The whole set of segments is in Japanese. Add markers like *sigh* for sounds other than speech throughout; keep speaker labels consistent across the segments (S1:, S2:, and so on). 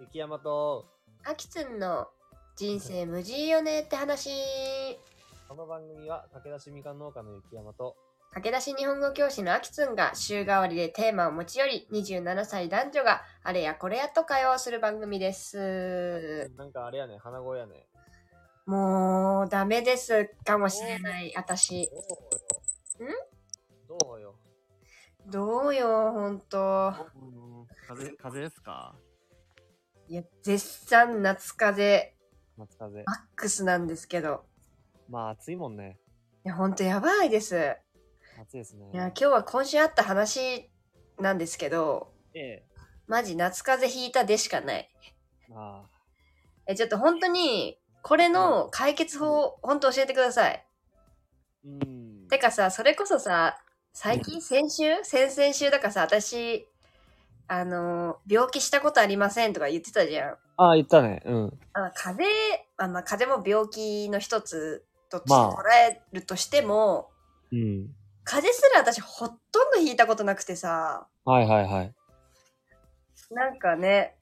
S1: 雪山と
S2: あきつんの人生無事よねって話。
S1: この番組は駆け出しみかん農家の雪山と
S2: 駆け出し日本語教師のあきつんが週替わりでテーマを持ち寄り、27歳男女があれやこれやと会話をする番組です。
S1: なんかあれやね鼻声やね
S2: もうダメですかもしれない、私。
S1: どうよどうよ
S2: どうよ、ほんと。
S3: 風邪風邪ですか
S2: いや、絶賛夏風
S1: 夏風
S2: マックスなんですけど。
S1: まあ暑いもんね
S2: いや、ほんとやばいです。
S1: 暑いですね
S2: いや、今日は今週あった話なんですけど、
S1: ええ
S2: マジ夏風邪ひいたでしかない。
S1: まあ
S2: え、ちょっと本当に、これの解決法、本当教えてください。
S1: うん
S2: てかさ、それこそさ、最近、先週先々週だからさ、私、あのー、病気したことありませんとか言ってたじゃん。
S1: ああ言ったねうん
S2: あ風邪、あまあ、風邪も病気の一つとして
S1: まあ
S2: 捉えるとしても、
S1: うん
S2: 風邪すら私ほとんどひいたことなくてさ、
S1: はいはいはい
S2: なんかね、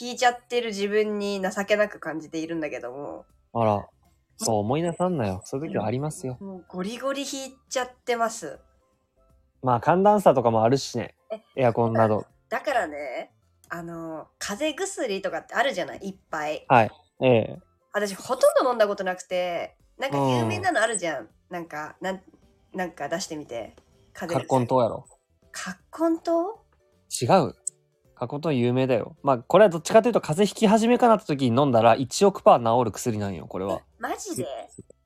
S2: 引いちゃってる自分に情けなく感じているんだけども、
S1: あらそう思いなさんなよそういう時はありますよ
S2: もうゴリゴリ引いちゃってます。
S1: まあ寒暖差とかもあるしねエアコンなど
S2: だからね、あの、風邪薬とかってあるじゃないいっぱい。
S1: はいええ
S2: 私ほとんど飲んだことなくて、なんか
S1: うん
S2: 有名なのあるじゃん。なんか、なんなんか出してみて。風
S1: カッコン
S2: 糖
S1: 糖やろ
S2: カッコン糖
S1: 違うカッコン糖有名だよまあこれはどっちかというと風邪ひき始めかなった時に飲んだら1億パー治る薬なんよこれは
S2: マジで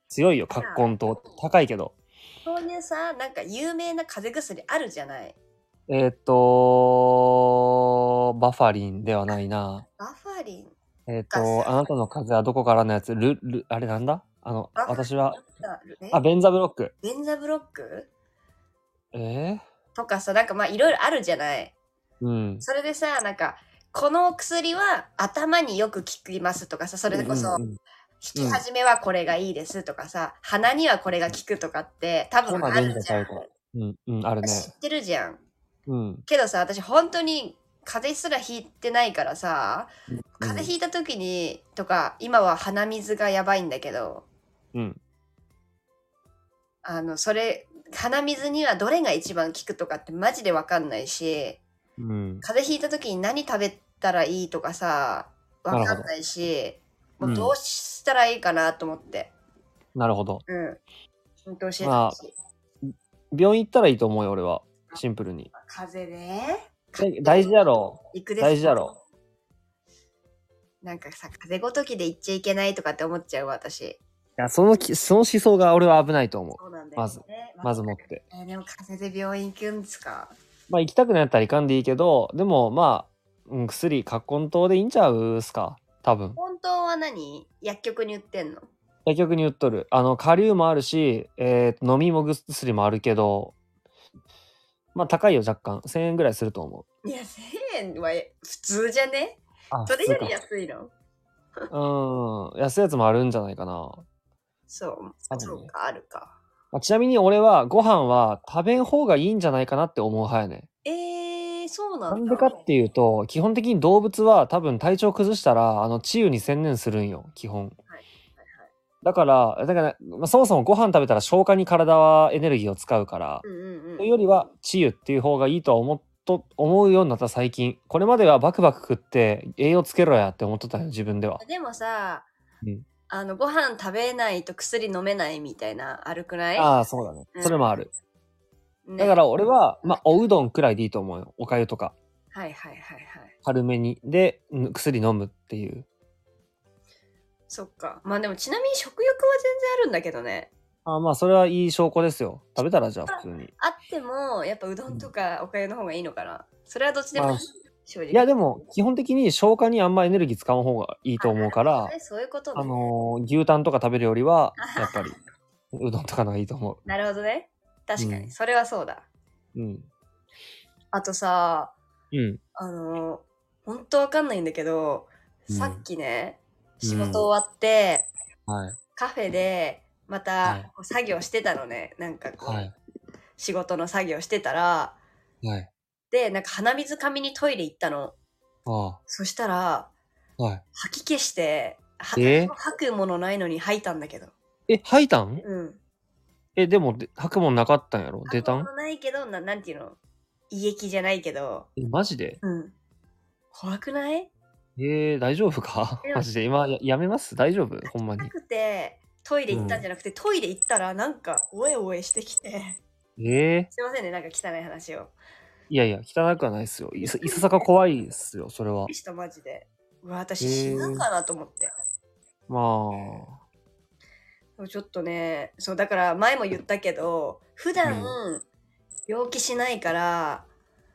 S1: 強いよカッコン糖高いけど
S2: そういうさ、なんか有名な風邪薬あるじゃない
S1: えーっとバファリンではないな
S2: バファリン。
S1: えーっ
S2: ガス
S1: とあなたの風邪はどこからのやつルルあれなんだあの
S2: バファリン
S1: 私は
S2: あえ
S1: あベンザブロック
S2: ベンザブロック
S1: えー、
S2: とかさなんかまあいろいろあるじゃない
S1: うん
S2: それでさなんかこの薬は頭によく効きますとかさそれこそ
S1: うんうんうん
S2: 引き始めはこれがいいですとかさ鼻にはこれが効くとかって多分
S1: 今
S2: ある
S1: 現在
S2: じゃ
S1: 最
S2: ん
S1: 後うんうんあるね
S2: 知ってるじゃん
S1: うん
S2: けどさ私本当に風邪すらひいてないからさ風邪ひいた時にとか今は鼻水がやばいんだけど
S1: うん
S2: あのそれ鼻水にはどれが一番効くとかってマジでわかんないし
S1: うん
S2: 風邪ひいた時に何食べたらいいとかさわかんないし
S1: なるほど
S2: もうどうしたらいいかなと思って
S1: なるほど
S2: うん、本当教えて
S1: ま
S2: ほ
S1: あ
S2: しい、
S1: 病院行ったらいいと思うよ俺はシンプルに
S2: 風邪ね
S1: え大事やろ
S2: 行くです
S1: 大事やろ
S2: なんかさ風邪ごときで行っちゃいけないとかって思っちゃうわ私
S1: いやそのきその思想が俺は危ないと思
S2: そうなんだよね
S1: まずまず持って
S2: えーでも風邪で病院行くんですか
S1: うまあ行きたくなったらいかんでいいけどでもまあ、うん、薬カッコン糖でいいんちゃうっすか多分
S2: 本当は何薬局に売ってんの
S1: 薬局に売っとるあの下流もあるし、えー飲みも薬もあるけどまあ高いよ若干1000円ぐらいすると思う
S2: いや1000円はえ普通じゃね
S1: あ
S2: それよ
S1: 普
S2: り
S1: 通
S2: 安いの
S1: かうん安いやつもあるんじゃないかな、
S2: そう
S1: 多分ね
S2: そうかあるか
S1: まあ、ちなみに俺はご飯は食べん方がいいんじゃないかなって思う派やね
S2: えー、そうなん
S1: な
S2: だ
S1: んでかっていうと基本的に動物は多分体調崩したらあの治癒に専念するんよ基本だからだから、まあ、そもそもご飯食べたら消化に体はエネルギーを使うから、
S2: うんうんうん、
S1: というよりは治癒っていう方がいいとは思っと思うようになった最近これまではバクバク食って栄養つけろやって思っとったよ自分では
S2: でもさ、
S1: うん
S2: あのご飯食べないと薬飲めないみたいなあるくない
S1: ああそうだね
S2: うん
S1: それもある、
S2: ね
S1: だから俺は、まあ、おうどんくらいでいいと思うよおかゆとか
S2: はいはいはいはい
S1: 軽めにでうん薬飲むっていう
S2: そっかまあでもちなみに食欲は全然あるんだけどね
S1: ああまあそれはいい証拠ですよ食べたらじゃあ普通に
S2: あってもやっぱうどんとかおかゆの方がいいのかなそれはどっちで
S1: ま
S2: も
S1: あ
S2: 正直
S1: いやでも基本的に消化にあんまエネルギー使う方がいいと思うから
S2: ねそういうことね
S1: あのー牛タンとか食べるよりはやっぱりうどんとかの方がいいと思
S2: なるほどね確かに、
S1: うん
S2: それはそうだ
S1: ううん
S2: あとさ
S1: うん
S2: あの本当わかんないんだけど、
S1: うん
S2: さっきね
S1: うん
S2: 仕事終わって、
S1: はい
S2: カフェでま
S1: は
S2: た
S1: い
S2: こう作業してたのね、なんかこう、
S1: はい
S2: 仕事の作業してたら
S1: はい
S2: でなんか鼻水かみにトイレ行ったの
S1: あ
S2: そしたら、
S1: あ。はい。
S2: 吐き気して、は
S1: え
S2: 吐くものないのに吐いたんだけど。
S1: え、吐いたん
S2: うん。
S1: え、でも、で吐くもんなかったんやろ出た
S2: 吐
S1: ん
S2: くものないけど、ななんていうの胃液じゃないけど。
S1: え、マジで
S2: うん。怖くない
S1: えー、大丈夫か
S2: いや
S1: マジで今や、やめます大丈夫ほんまに
S2: 痛。くて、トイレ行ったんじゃなくて、トイレ行ったらなんか、おえおえしてきて。
S1: えー、
S2: すいませんね、なんか汚い話を。
S1: いやいや、汚くはないっすよ。いさいささか怖いっすよ、それは
S2: で。した、マジで。うわ、私
S1: へー
S2: 死ぬかなと思って。
S1: ま
S2: ちょっとね、そう、だから前も言ったけど、普段、病気しないから、
S1: あ。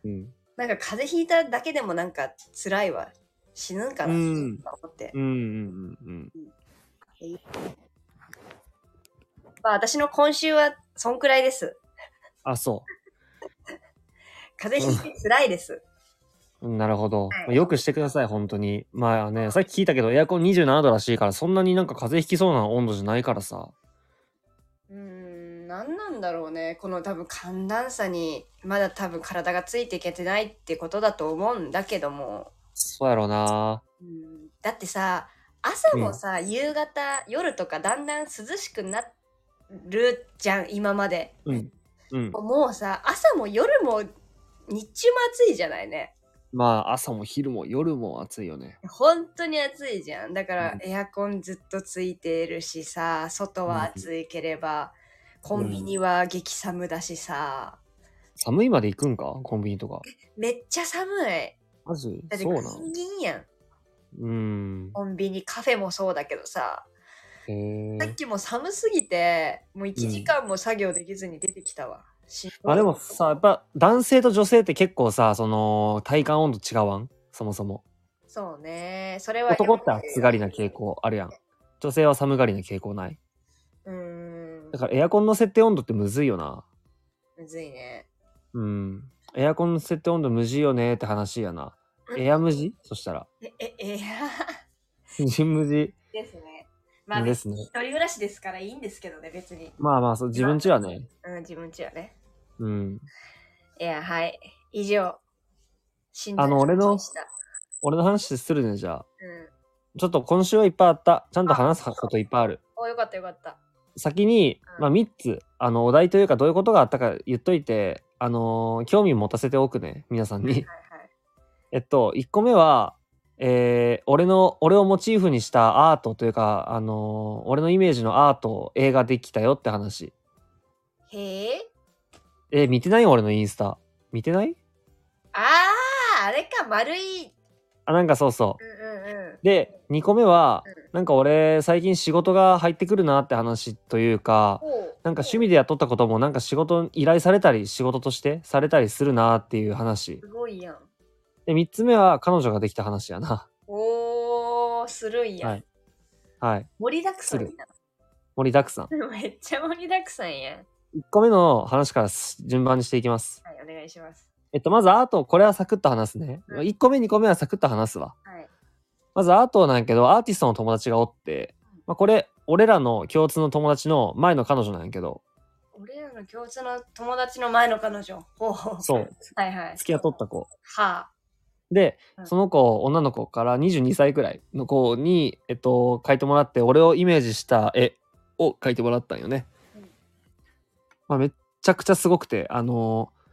S1: うん。
S2: なんか風邪ひいただけでもなんか辛いわ。死ぬんかなと
S1: うん
S2: 思って。
S1: うんうんうんうん。
S2: まあ私の今週はそんくらいです。
S1: あ、そ
S2: 風邪ひいて辛いです。
S1: う。なるほど。
S2: はい
S1: まあよくしてください、本当に。まあね、さっき聞いたけど、エアコン27度らしいから、そんなになんか風邪ひきそうな温度じゃないからさ。
S2: *laughs* うーん、なんなんだろうね。この多分寒暖差にまだ多分体がついていけてないってことだと思うんだけども。
S1: そうやろな。
S2: うんだってさ朝もさ、夕方夜とかだんだん涼しくなるじゃん今まで
S1: うん。うん。
S2: もうさ朝も夜も日中も暑いじゃないね
S1: まあ、朝も昼も夜も暑いよね。
S2: 本当に暑いじゃんだから
S1: うん
S2: エアコンずっとついてるしさ外は暑いければ、コンビニは激寒だしさ、
S1: 寒いまで行くんかコンビニとか。
S2: めっちゃ寒い
S1: マジ
S2: だって
S1: そ
S2: ギ
S1: う
S2: ン
S1: なん。
S2: ギンやん
S1: うん。
S2: コンビニカフェもそうだけどさ、
S1: へえ
S2: さっ。きも寒すぎてもう1時間も作業できずに出てきたわ、しんどい
S1: まあでもさ、やっぱ男性と女性って結構さ、その体感温度違わんそもそも。
S2: そうね。それは
S1: 男って暑がりな傾。向あるやん。女性は寒がりな傾向ない。
S2: うーん
S1: だ。からエアコンの設定温度ってむずいよな。
S2: むずいね。
S1: うん。エアコンの設定温度無事よねって話やな。エア無事そした *laughs* ら。
S2: え、え、え、
S1: 人無事
S2: ですね。まあ、
S1: で
S2: 一
S1: すね。
S2: 人暮らしですからいいんですけどね、別に。
S1: まあまあ、そう、自分ちはね。
S2: うん、自分ちはね。
S1: うん。
S2: いや、はい。以上。診断
S1: あの俺の
S2: 書きました
S1: 俺の話するね、じゃあ。
S2: うん。
S1: ちょっと今週はいっぱいあった。ちゃんと話すこといっぱいある。
S2: お、よかったよかった。
S1: 先に、
S2: うん
S1: まあ、3つあのお題というかどういうことがあったか言っといて、あのー興味持たせておくね皆さん *laughs* に。
S2: はい。
S1: えっと1個目は、えー俺の俺をモチーフにしたアートというか、あのー俺のイメージのアートを映画できたよって話。
S2: へえ。
S1: えー見てない俺のインスタ。見てない
S2: あー、あれか、丸い。。
S1: あなんかそうそう
S2: んうんうん。
S1: う。で2個目は
S2: うん
S1: なんか俺最近仕事が入ってくるなって話というか。
S2: おう
S1: なんか趣味でやっとったこともなんか仕事依頼されたり仕事としてされたりするなっていう話
S2: すごいやん。
S1: で3つ目は彼女ができた話やな *laughs*
S2: おー、するいやん。
S1: はいはい
S2: 盛りだくさんや
S1: 盛りだくさん
S2: ん。 *laughs* めっちゃ盛りだくさんやん。
S1: 1個目の話からす順番にしていきます
S2: はい、お願いします。
S1: えっとまずアートこれはサクッと話すね
S2: うん
S1: 1個目2個目はサクッと話すわ
S2: はい。
S1: まずアートなんやけどアーティストの友達がおって、まあ、これ俺らの共通の友達の前の彼女なんやけど
S2: 俺らの共通の友達の前の彼女。ほうほう。
S1: そう
S2: *laughs* はいはい。
S1: 付き合っとった子
S2: は
S1: で
S2: うん
S1: その子女の子から22歳くらいの子に、えっと、描いてもらって俺をイメージした絵を描いてもらったんよね
S2: うん。
S1: まあ、めっちゃくちゃすごくてあのー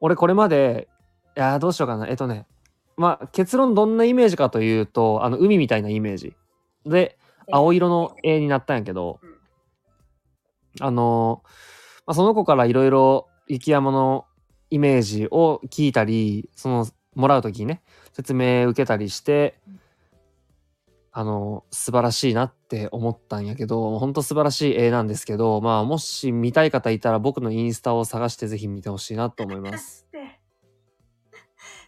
S1: 俺これまでいやーどうしようかなえっとねまあ結論どんなイメージかというとあの海みたいなイメージで
S2: うん
S1: 青色の絵になったんやけど、
S2: うん
S1: あのーまあ、その子からいろいろ雪山のイメージを聞いたりそのもらう時にね説明受けたりして、あの素晴らしいなって思ったんやけどほんと素晴らしい絵なんですけどまあもし見たい方いたら僕のインスタを探してぜひ見てほしいなと思いま
S2: あ。
S1: す。
S2: *laughs* で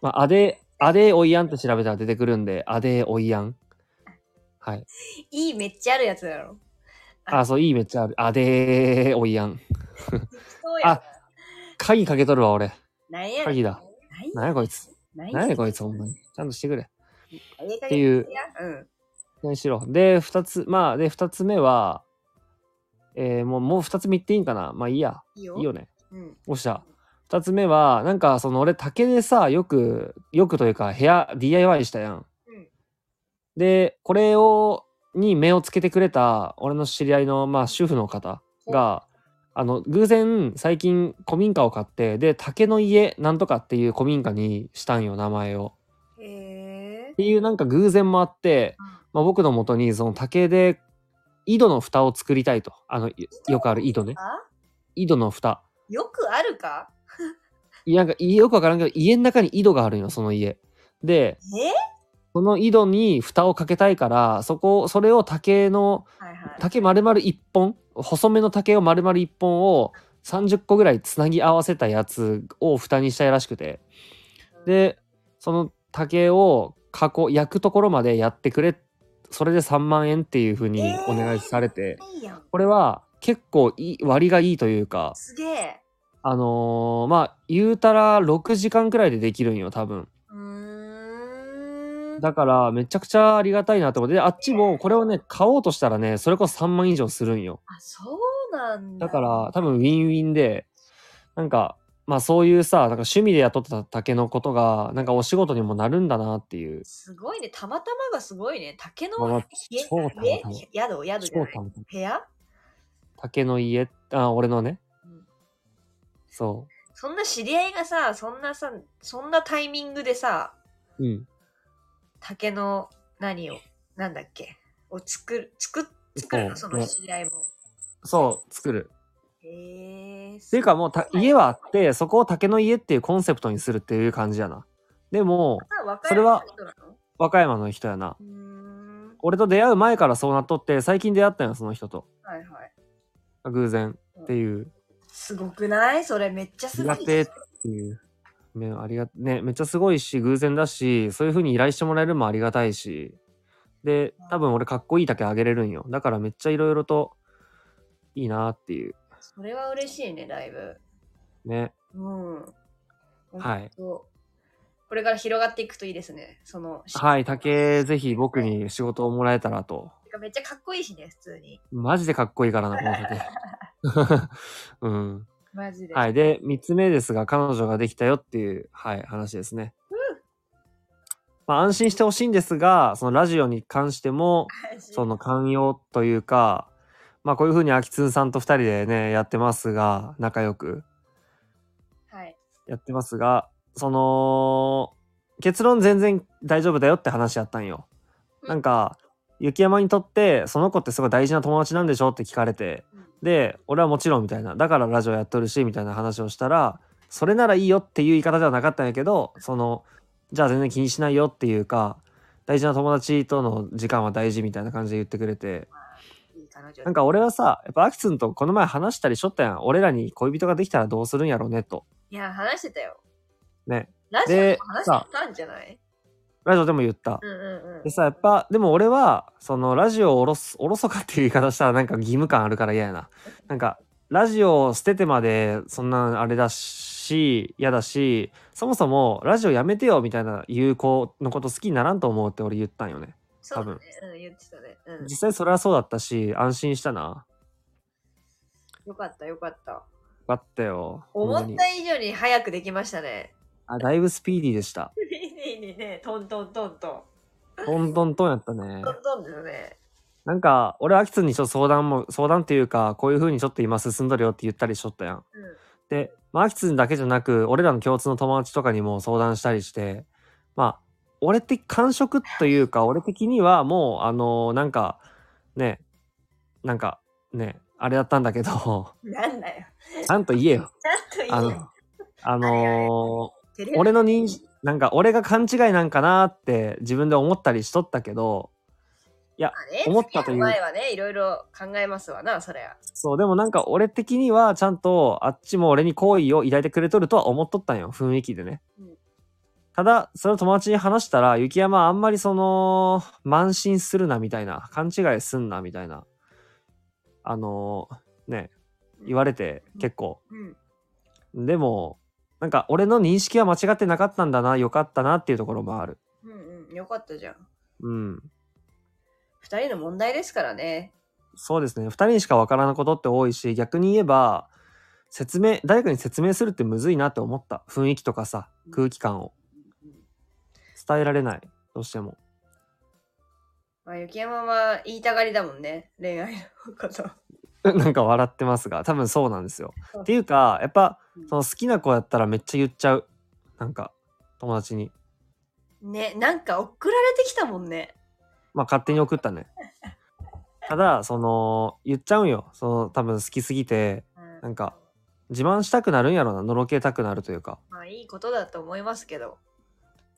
S1: まあ、アデアデオイアンって調べたら出てくるんでアデオイアンはい
S2: いいめっちゃあるやつだろ。
S1: あそういいめっちゃあるアデオイアン
S2: そうや
S1: あ鍵かけとるわ俺
S2: な。なんやねん。
S1: 鍵だな
S2: な
S1: ん
S2: んや
S1: やこいつ
S2: なん
S1: なんやねんこいつほんまにちゃんとしてくれっていう
S2: いやうん。
S1: 何しろで2つまあで2つ目はえーもうもう2つ見っていいんかなまあいいや
S2: いいよ。
S1: いいよね
S2: うん。
S1: おっしゃ2つ目はなんかその俺竹でさよくよくというか部屋 DIY したやん。
S2: うん
S1: でこれをに目をつけてくれた俺の知り合いの、まあ、主婦の方があの偶然最近古民家を買ってで竹の家なんとかっていう古民家にしたんよ名前を。
S2: へえ
S1: っていうなんか偶然もあって、まあ、僕のもとにその竹で井戸の蓋を作りたいとあのいよくある井戸ね
S2: あ
S1: 井戸の蓋
S2: よくあるか
S1: いやなんかいよくわからんけど家の中に井戸があるんよその家で
S2: え
S1: その井戸に蓋をかけたいからそこそれを竹の
S2: はいはい
S1: 竹丸々1本細めの竹を丸々1本を30個ぐらいつなぎ合わせたやつを蓋にしたいらしくてでその竹を加工焼くところまでやってくれそれで3万円っていうふうにお願いされて、
S2: いいやん
S1: これは結構いい割がいいというか
S2: すげえ
S1: あのーまあ言うたら6時間くらいでできるんよ多分
S2: うーん
S1: だからめちゃくちゃありがたいなってことであっちもこれをね買おうとしたらねそれこそ3万以上するんよ
S2: あそうなんだ
S1: だから多分ウィンウィンでなんかまあそういうさなんか趣味で雇ってた竹のことがなんかお仕事にもなるんだなっていう
S2: すごいねたまたまがすごいね竹の
S1: まあまあ
S2: 家
S1: 超たまたま
S2: え宿宿じゃない
S1: 超楽しい
S2: 部屋
S1: 竹の家あ俺のね、
S2: うん
S1: そ
S2: そんな知り合いがさそんなさそんなタイミングでさ
S1: ううん
S2: 竹の何をなんだっけを作る作る作るの
S1: そ
S2: そうの知り合いも
S1: そう作る
S2: へえっ
S1: っていうかもうた家はあってそこを竹の家っていうコンセプトにするっていう感じやなでもそ
S2: そ
S1: れ
S2: れ
S1: は
S2: は
S1: 和歌山の人やな
S2: うーん
S1: 俺と出会う前からそうなっとって最近出会ったんやその人と
S2: はいはい
S1: 偶然っていう
S2: すごくないそれめっちゃ
S1: あ
S2: す
S1: り
S2: ご
S1: が
S2: い
S1: てえっていうねありがねめっちゃすごいし偶然だしそういう風に依頼してもらえるのもありがたいしで多分俺かっこいい竹あげれるんよだからめっちゃいろいろといいなっていう
S2: それは嬉しいねだいぶ
S1: ね
S2: うん
S1: はい
S2: そうこれから広がっていくといいですねその
S1: はい竹ぜひ僕に仕事をもらえたらと
S2: てかめっちゃかっこいいしね普通に
S1: マジでかっこいいからな、この酒。うん。
S2: マジで、
S1: はい。で、三つ目ですが、彼女ができたよっていう、はい、話ですね。まあ、安心してほしいんですが、そのラジオに関しても、その寛容というか、まあ、こういうふうに秋津さんと二人でね、やってますが、仲良く
S2: はい
S1: やってますが、その、結論全然大丈夫だよって話やったんよ。なんか、雪山にとって、その子ってすごい大事な友達なんでしょって聞かれて、で俺はもちろんみたいなだからラジオやっとるしみたいな話をしたらそれならいいよっていう言い方ではなかったんやけどそのじゃあ全然気にしないよっていうか大事な友達との時間は大事みたいな感じで言ってくれて
S2: いい彼女
S1: なんか俺はさやっぱアキツンとこの前話したりしょったやん俺らに恋人ができたらどうするんやろうねと
S2: いや話してたよ
S1: ね
S2: ラジオで
S1: で
S2: も話したんじゃない
S1: ラジオでも言った
S2: うんうんうん
S1: でさやっぱでも俺はそのラジオをおろすおろそかっていう言い方したらなんか義務感あるから嫌やななんかラジオを捨ててまでそんなんあれだし嫌だしそもそもラジオやめてよみたいな言う子のこと好きにならんと思うって俺言ったんよね
S2: そうだねうん言ってたねうん
S1: 実際それはそうだったし安心したな
S2: よかったよかった
S1: よかったよほ
S2: 思
S1: んま
S2: っ
S1: に
S2: た以上に早くできましたね *laughs*
S1: あだいぶスピーディーでした
S2: いいねいいねトントントントン
S1: トントントンやったね
S2: トントンですね
S1: なんか俺はアキツにちょっと相談も相談っていうかこういう風にちょっと今進んどるよって言ったりしとったやん
S2: うん
S1: で、まあ、アキツンだけじゃなく、俺らの共通の友達とかにも相談したりして、まあ、俺的感触というか、俺的にはもう、あのなんか、ね、なんか、ね、あれだったんだけ *laughs* ど、
S2: なんだよ。
S1: ちゃんと言えよ。
S2: ちゃ
S1: あ
S2: んといい
S1: の、あの
S2: 照
S1: ー
S2: れる
S1: 俺の認識、なんか俺が勘違いなんかなって自分で思ったりしとったけど、
S2: まあね
S1: 思ったという
S2: 付き合前はね、いろいろ考えますわな、そりゃ。
S1: そう、でもなんか俺的にはちゃんとあっちも俺に好意を抱いてくれとるとは思っとったんよ、雰囲気でね。
S2: うん
S1: ただ、それを友達に話したら、雪山あんまりその、慢心するなみたいな、勘違いすんなみたいな、あのね、言われて
S2: うん
S1: 結構。
S2: うん。
S1: でも、なんか俺の認識は間違ってなかったんだな、よかったなっていうところもある。
S2: うんうん。よかったじゃん。
S1: うん。
S2: 二人の問題ですからね。
S1: そうですね。二人にしか分からないことって多いし、逆に言えば、説明誰かに説明するってむずいなって思った雰囲気とかさ空気感を伝えられないどうしても *laughs*
S2: まあ、雪山は言いたがりだもんね、恋愛のこと。
S1: なんか笑ってますが多分そうなんですよ
S2: そう
S1: っていうかやっぱ
S2: うん
S1: その好きな子やったらめっちゃ言っちゃうなんか友達に
S2: ね、なんか送られてきたもんね。
S1: まあ勝手に送った
S2: *laughs*
S1: ねただその言っちゃうんよその多分好きすぎてなんか自慢したくなるんやろなのろけたくなるというか
S2: まあいいことだと思いますけど。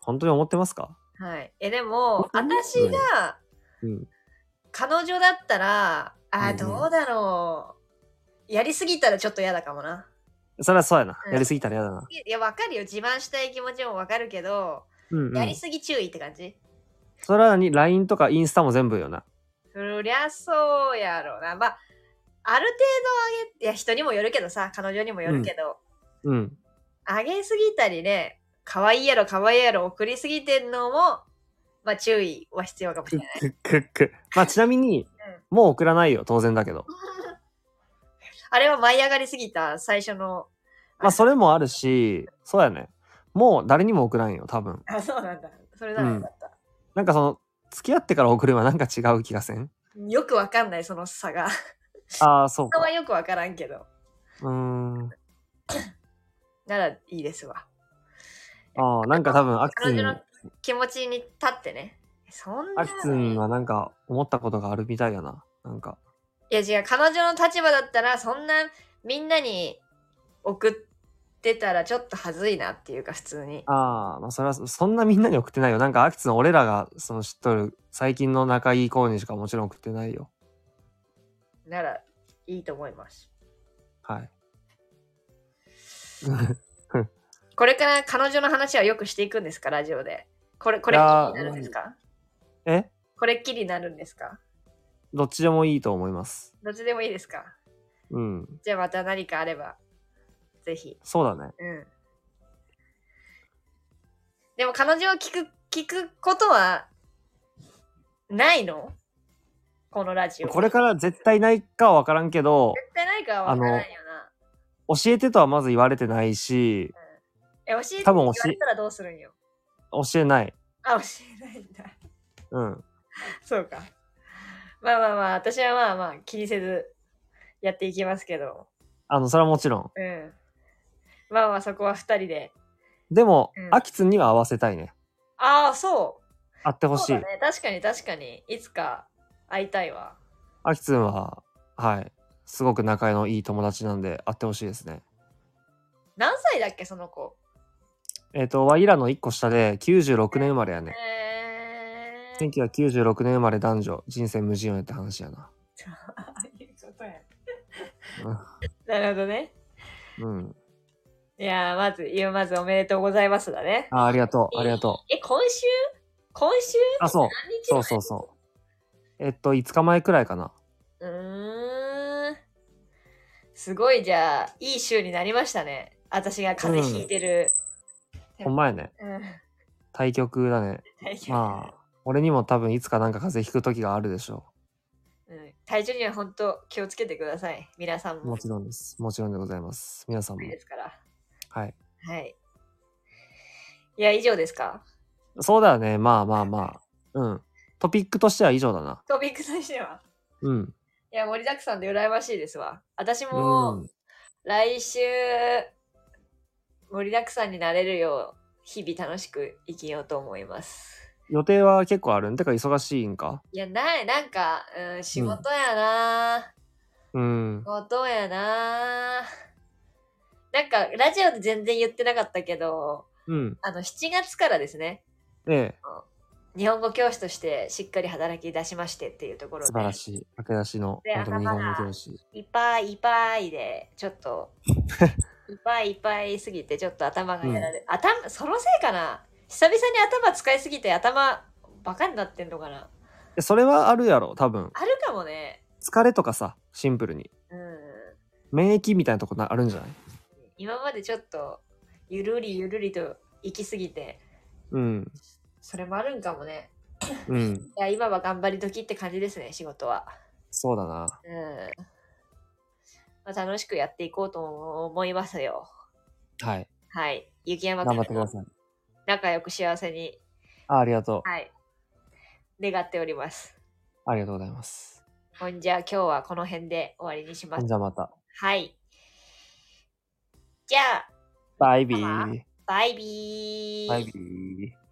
S1: 本当に思ってますか
S2: はい。え、でも、
S1: うん
S2: 私が
S1: うん
S2: 彼女だったら、あ
S1: う
S2: ー、
S1: ん
S2: どうだろう。やりすぎたらちょっと嫌だかもな。
S1: それはそうやな
S2: うん
S1: やりすぎたらやだない
S2: やいや、わかるよ。自慢したい気持ちもわかるけど、
S1: うんう
S2: や
S1: ん
S2: りすぎ注意って感じ。
S1: それはに LINE とかインスタも全部よな
S2: そりゃそうやろうな。まあ、ある程度あげ、いや、人にもよるけどさ、彼女にもよるけど、
S1: うん
S2: あげすぎたりね、可愛いやろ可愛いやろ送りすぎてんのも、まあ注意は必要かもし
S1: ク
S2: れ
S1: ッ
S2: ない。
S1: クックックまあちなみにもう送らないよ当然だけど
S2: あれは舞い上がりすぎた最初の。
S1: まあそれもあるしそうやねもう誰にも送らんよ多分
S2: あ、そうなんだ。それならよかった。
S1: なんかその付き合ってから送るはなんか違う気がせん
S2: よくわかんない、その差が。
S1: ああそう
S2: 差
S1: か
S2: はよくわからんけど。
S1: うーん
S2: ならいいですわ。
S1: ああなんか多分アクツ
S2: 彼女の
S1: ン
S2: 気持ちに立ってね。そんな。
S1: アクツンはなんか思ったことがあるみたいやななんか
S2: いや違う、彼女の立場だったら、そんなみんなに送ってたらちょっとはずいなっていうか、普通に。
S1: ああまあそれはそんなみんなに送ってないよなんかアクツン俺らがその知っとる最近の仲いい子にしかもちろん送ってないよ
S2: ならいいと思います。
S1: はい
S2: これから彼女の話はよくしていくんですか、ラジオで。これ、これっきりになるんですか
S1: え
S2: これっきりになるんですか
S1: どっちでもいいと思います
S2: どっちでもいいですか
S1: うん
S2: じゃあまた何かあれば、ぜひ。
S1: そうだね
S2: うん。でも彼女を聞く、聞くことは、ないのこのラジオ。
S1: これから絶対ないかは分からんけど
S2: 絶対ないからわからないよな。
S1: 教えてとはまず言われてないし
S2: え、教えてって
S1: 多
S2: 言
S1: 分
S2: わ
S1: 教え
S2: れたらどうするんよ。
S1: 教えない
S2: あ、教えないんだ。 *laughs*
S1: うん
S2: そうか。まあまあまあ、私はまあまあ気にせずやっていきますけど。
S1: あのそれはもちろん
S2: うん。まあまあそこは二人で。
S1: でも、
S2: うん
S1: アキツンには合わせたいね
S2: ああ、そ
S1: 会って
S2: う。
S1: ほし
S2: そ、
S1: いう
S2: だね。確かに確かに。いつか会いたいわ。
S1: アキツンははいすごく仲のいい友達なんで会ってほしいですね
S2: 何歳だっけ、その子。
S1: えっ、とワイらの1個下で96年生まれやね
S2: えー。
S1: 1996年生まれ男女人生無人やって話やな
S2: ああいうことや
S1: うん。
S2: なるほどね。
S1: うん
S2: いやー、まず、いやまずおめでとうございますだね。
S1: あありがとうありがとう
S2: え、今週今週
S1: あそう
S2: 何日
S1: そ
S2: 前
S1: うそうそうえっと5日前くらいかな
S2: うーん。すごいじゃあ、いい週になりましたね。私が風邪ひいてる。
S1: ほんまやね
S2: うん。
S1: 対局だね
S2: 体調
S1: まあ俺にも多分いつかなんか風邪ひく時があるでしょ
S2: うん、体調には本当気をつけてください。皆さん
S1: う
S2: も
S1: も。ちろんですもちろんでございます皆さんも
S2: ですから。
S1: はい
S2: はい。いや、以上ですか
S1: そうだよねまあまあまあうんトピックとしては以上だな
S2: トピックとしては。
S1: うん
S2: いや、盛りだくさんで羨ましいですわ。私
S1: う
S2: も
S1: ん
S2: 来週、盛りだくさんになれるよう、日々楽しく生きようと思います。
S1: 予定は結構あるんてか忙しいんか
S2: いや、ない、なんか、うん、仕事やな、
S1: うん
S2: ことやなぁなんかラジオで全然言ってなかったけど
S1: うん
S2: あの7月からですね
S1: ええ
S2: 日本語教師としてしっかり働き出しましてっていうところ
S1: 素
S2: で
S1: 晴らしい駆け出しの
S2: で
S1: 本当に日本
S2: 頭
S1: 語
S2: が
S1: 教師
S2: いっぱいいっぱいでちょっといっぱいいっぱいすぎてちょっと頭がやられ、頭そのせいかな久々に頭使いすぎて頭バカになってんのかな
S1: えそれはあるやろ多分
S2: あるかもね
S1: 疲れとかさシンプルに
S2: うん
S1: 免疫みたいなとこなあるんじゃない
S2: 今までちょっとゆるりゆるりと行きすぎて
S1: うん
S2: それもあるんかもね
S1: うん
S2: いや今は頑張り時って感じですね仕事は
S1: そうだな
S2: うんまあ、楽しくやっていこうと思いますよ。
S1: はい。
S2: はい。雪山
S1: 頑張って
S2: 家
S1: く
S2: も
S1: ださい。
S2: 仲良く幸せに、
S1: あありがとう。
S2: はい。願っております。
S1: ありがとうございます。
S2: ほんじゃ、今日はこの辺で終わりにしま
S1: ほ
S2: す
S1: ん。じゃまた。
S2: はい。じゃあ、
S1: バイビ
S2: ママ
S1: ー。
S2: バイビー。
S1: バイビー。